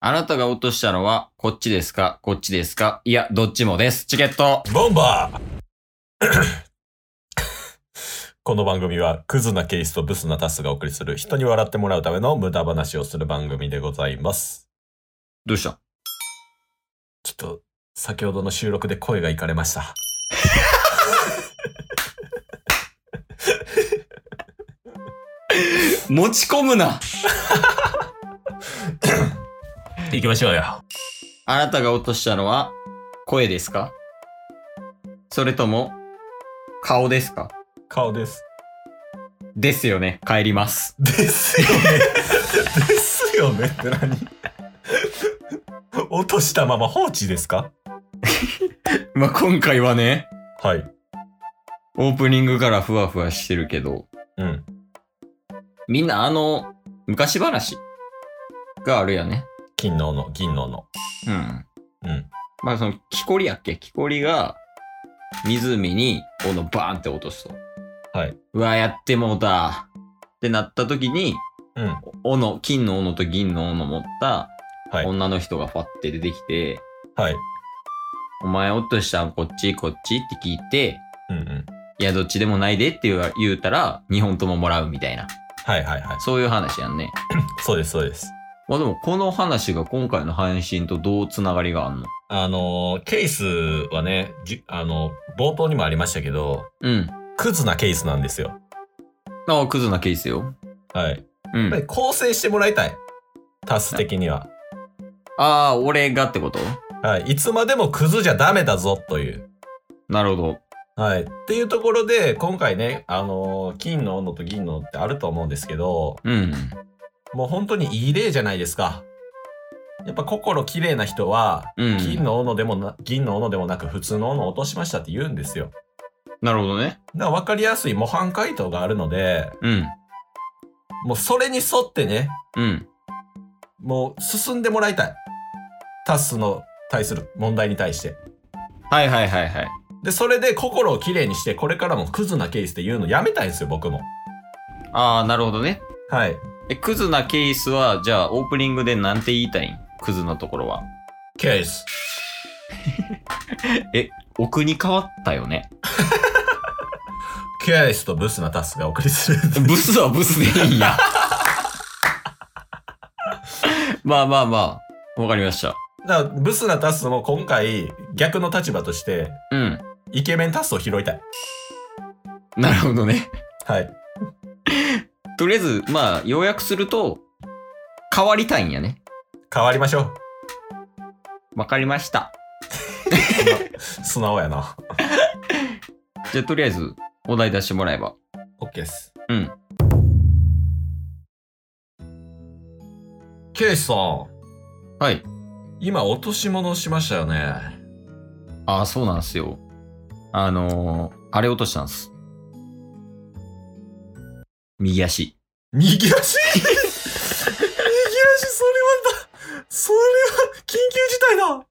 あなたが落としたのは、こっちですかこっちですかいや、どっちもです。チケットボンバー この番組はクズなケースとブスなタスがお送りする人に笑ってもらうための無駄話をする番組でございます。どうしたちょっと先ほどの収録で声がいかれました。持ち込むな行きましょうよ。あなたが落としたのは、声ですかそれとも、顔ですか顔です。ですよね。帰ります。ですよね。ですよねって何落としたまま放置ですかまあ、今回はね、はい。オープニングからふわふわしてるけど、うん。みんなあの、昔話があるよね。金の斧、銀の斧。うん。うん。まあ、その、木こりやっけ木こりが、湖に、斧バーンって落とすと。はい。うわ、やってもうた。ってなった時に、うん。斧、金の斧と銀の斧持ったはい。女の人がパッて出てきて、はい。お前落としたんこっちこっちって聞いて、うんうん。いや、どっちでもないでって言う言うたら、2本とももらうみたいな。はいはいはい。そういう話やんね。そうですそうです。まあでも、この話が今回の配信とどうつながりがあんのあのー、ケースはね、じあのー、冒頭にもありましたけど、うん。クズなケースなんですよ。ああ、クズなケースよ。はい。やっうぱん。り構成してもらいたい。タス的には。ああ、俺がってことはい。いつまでもクズじゃダメだぞという。なるほど。はい。っていうところで、今回ね、あのー、金の斧と銀の斧ってあると思うんですけど、うん。もう本当にいい例じゃないですか。やっぱ心綺麗な人は、うん。金の斧でもな、銀の斧でもなく普通の斧を落としましたって言うんですよ。なるほどね。だから分かりやすい模範解答があるので、うん。もうそれに沿ってね、うん。もう進んでもらいたい。タスの対する問題に対して。はいはいはいはい。で、それで心をきれいにして、これからもクズなケースって言うのやめたいんですよ、僕も。ああ、なるほどね。はい。え、クズなケースは、じゃあ、オープニングでなんて言いたいんクズのところは。ケース。奥に変わったよね。ケースとブスなタスがお送りする。 ブスはブスでいいんや。 まあまあまあ、わかりました。だから、ブスなタスも今回、逆の立場として、うん。イケメンタスを拾いたい。なるほどね。はい。とりあえず、まあ、要約すると、変わりたいんやね。変わりましょう。 わかりました。素直やな。じゃあ、とりあえず、お題出してもらえば。オッケーっす。うん。ケースさん、はい。今落とし物をしましたよね。ああ、そうなんすよ。あのー、あれ落としたんす。右足。 右足右足、それはだ、それは緊急事態だ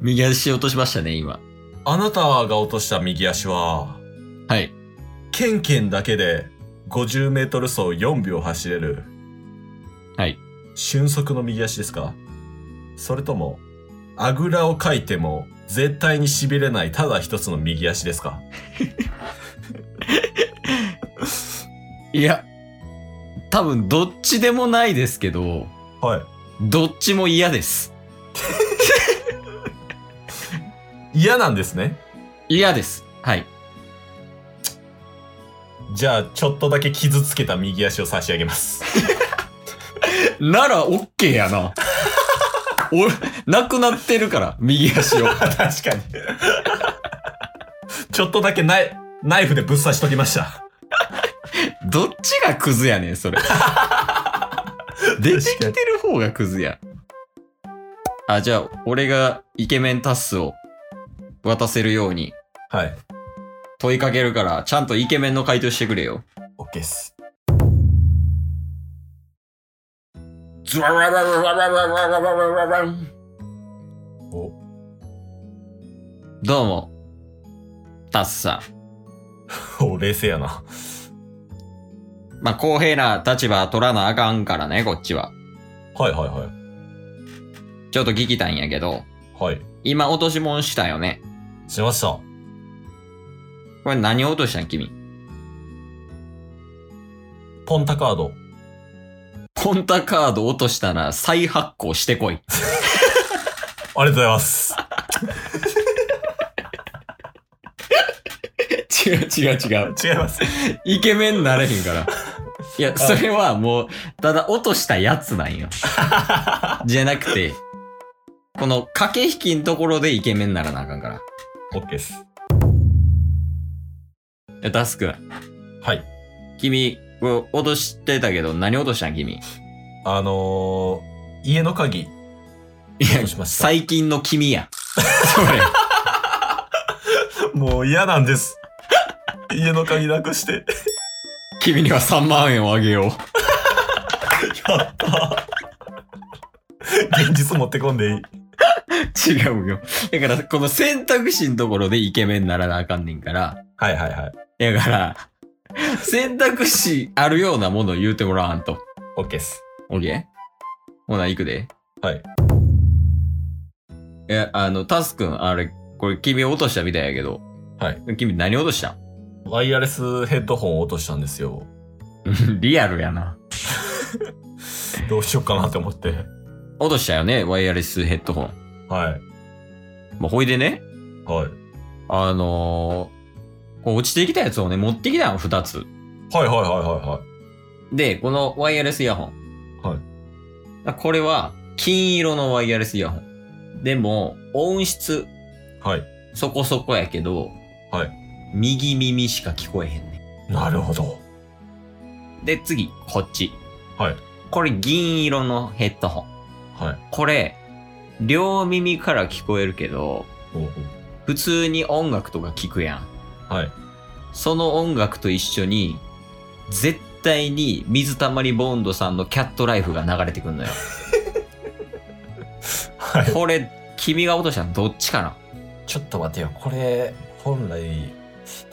右足落としましたね、今。あなたが落とした右足は、はい。ケンケンだけで50メートル走4秒走れる、はい。瞬足の右足ですかそれとも、あぐらをかいても絶対に痺れないただ一つの右足ですかいや、多分どっちでもないですけど、はい。どっちも嫌です。嫌なんですね。嫌です。はい。じゃあ、ちょっとだけ傷つけた右足を差し上げます。なら OK やな。俺、なくなってるから、右足を。確かに。ちょっとだけナイナイフでぶっ刺しときました。どっちがクズやねん、それ。出てきてる方がクズや。あ、じゃあ、俺がイケメンタスを渡せるようにはい。問いかけるから、ちゃんとイケメンの回答してくれよ。オッケーっす。ズワワワワワワワワワワワワワンお、どうも、タスさお冷静やな。ん。まあ、公平な立場取らなあかんからね、こっちは。はいはいはい。ちょっと聞きたいんやけど、はい。今落とし物したよね。しました。これ何を落としたん君。ポンタカード。ポンタカード落としたら再発行してこい。ありがとうございます。違う違う違う。違います。 イケメンなれへんから。いや、それはもう、ただ落としたやつ なんよ。じゃなくて、この駆け引きのところでイケメンにならなあかんから。いオッケーです。や、タスク、はい。君、これ落としてたけど、何落としたん君。いあのー、家の鍵。落としや、ました 最近の君や。それ。もう嫌なんです。家の鍵なくして。 君には3万円をあげよう。やった。現実持ってこんでいい。違うよ。だから、この選択肢のところでイケメンにならなあかんねんから。はいはいはい。だから、選択肢あるようなものを言うてもらわんと。オッケーです。オッケーほな、行くで。はい。え、あの、タスくん、あれ、これ君落としたみたいやけど。はい。君何落とした ワイヤレスヘッドホンを落としたんですよ。んリアルやな。どうしようかなって思って。落としたよね、ワイヤレスヘッドホン。はい。まあ、ほいでね、はい。あのーこう落ちてきたやつをね、持ってきたの、二つ。はいはいはいはで、このワイヤレスイヤホン。はいい。これは、金色のワイヤレスイヤホン。でも、音質、いはい。はい。そこそこやけど、はい。右耳しか聞こえへんねなるほど。ん。で、次、こっち。はい。これ、銀色のヘッドホン。はい。これ、両耳から聞こえるけど、おう普通に音楽とか聞くやん。おうはい。その音楽と一緒に、絶対に水溜りボンドさんのキャットライフが流れてくんのよ。はい。 これ、君が落としたのどっちかなちょっと待てよ。これ、本来、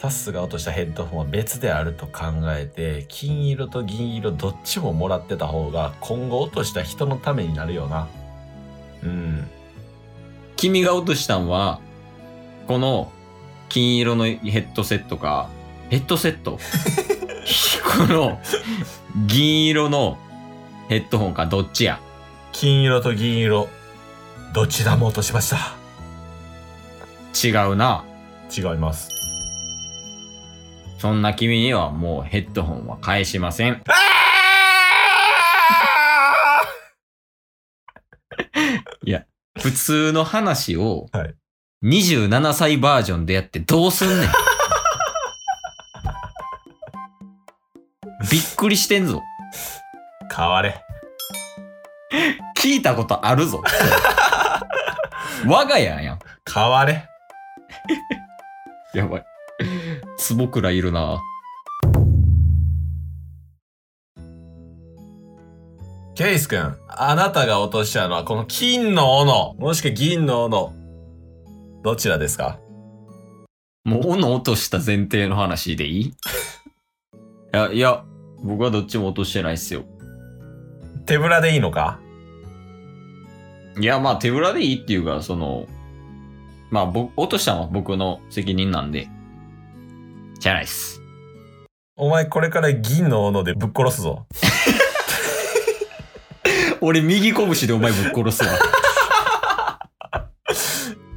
タスが落としたヘッドホンは別であると考えて、金色と銀色どっちももらってた方が、今後落とした人のためになるよな。うん。君が落としたんは、この金色のヘッドセットか、ヘッドセットこの銀色のヘッドホンかどっちや金色と銀色、どちらも落としました。違うな。違います。そんな君にはもうヘッドホンは返しませ ん。普通の話をはい、 27歳バージョンでやってどうすん ねん。びっくりしてんぞ。変われ。聞いたことあるぞ。我が家やん。変われ。やばい。坪倉いるな。ケイス君、あなたが落としたのはこの金の斧、もしくは銀の斧。どちらですかもう斧落とした前提の話でいいいや、いや、僕はどっちも落としてないっすよ。手ぶらでいいのかいや、まあ手ぶらでいいっていうか、その、まあ僕、落としたのは僕の責任なんで、じゃないっす。お前これから銀の斧でぶっ殺すぞ。俺右拳でお前ぶっ殺すわ。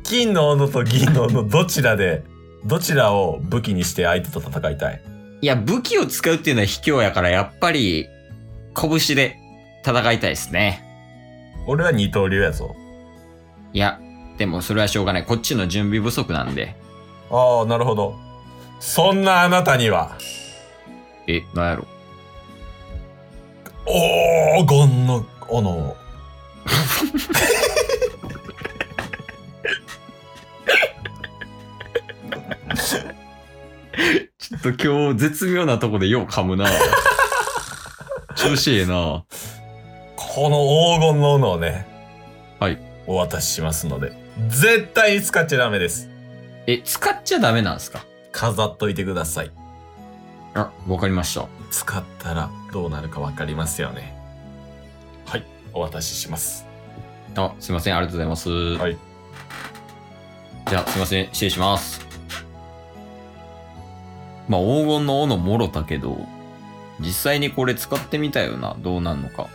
金の斧と銀の斧どちらで、どちらを武器にして相手と戦いたい。 いや、武器を使うっていうのは卑怯やから、やっぱり、拳で戦いたいですね。俺は二刀流やぞ。いや、でもそれはしょうがない。こっちの準備不足なんで。ああ、なるほど。そんなあなたには、え、なんやろ。黄金の斧を。ちょっと今日絶妙なとこでよう噛 むな。調子ええな。この黄金の斧をね、はい。お渡ししますので、絶対に使っちゃダメです。え、使っちゃダメなんですか飾っといてください。あ、わかりました。使ったらどうなるかわかりますよね。はい、お渡しします。。あ、すいません、ありがとうございます。はいじゃあ、すいません、失礼します。まあ、黄金の斧もろたけど、実際にこれ使ってみたよな、どうなんのか。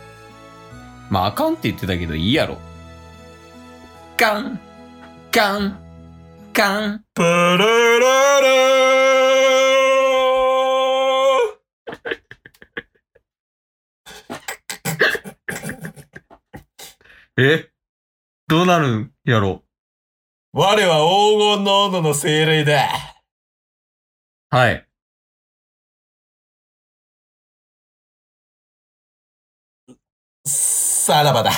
まあ、あかんって言ってたけど、いいやろ。ガンガンガンプルルルえどうなるんやろ我は黄金の斧の精霊だはい。さらばだ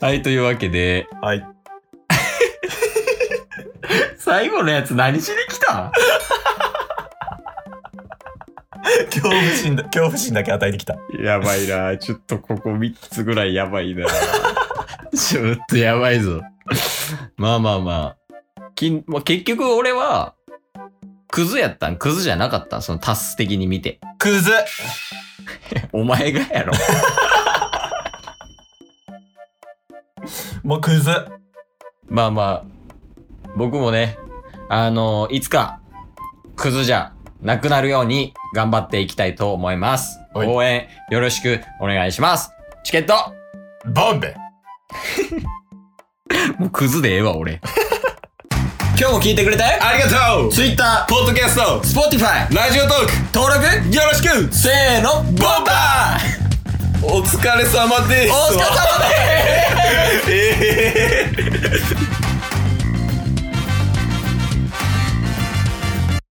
はい、というわけで、はい。最後のやつ何しに来た恐怖心だ、恐怖心だけ与えてきた。やばいな。ちょっとここ3つぐらいやばいな。 ちょっとやばいぞ。まあまあまあ。きんまあ、結局俺は、クズやったんクズじゃなかったんそのタス的に見て。クズお前がやろ。もうクズまあまあ、僕もね、あのいつか、クズじゃなくなるように頑張っていきたいと思います。はい応援よろしくお願いします。チケットボンベもうクズでええわ、俺。今日も聞いてくれてありがとう Twitter、ポッドキャスト Spotify、ラジオトーク登録よろしくせーの、ボンバお疲れ様でーすお疲れ様ですえー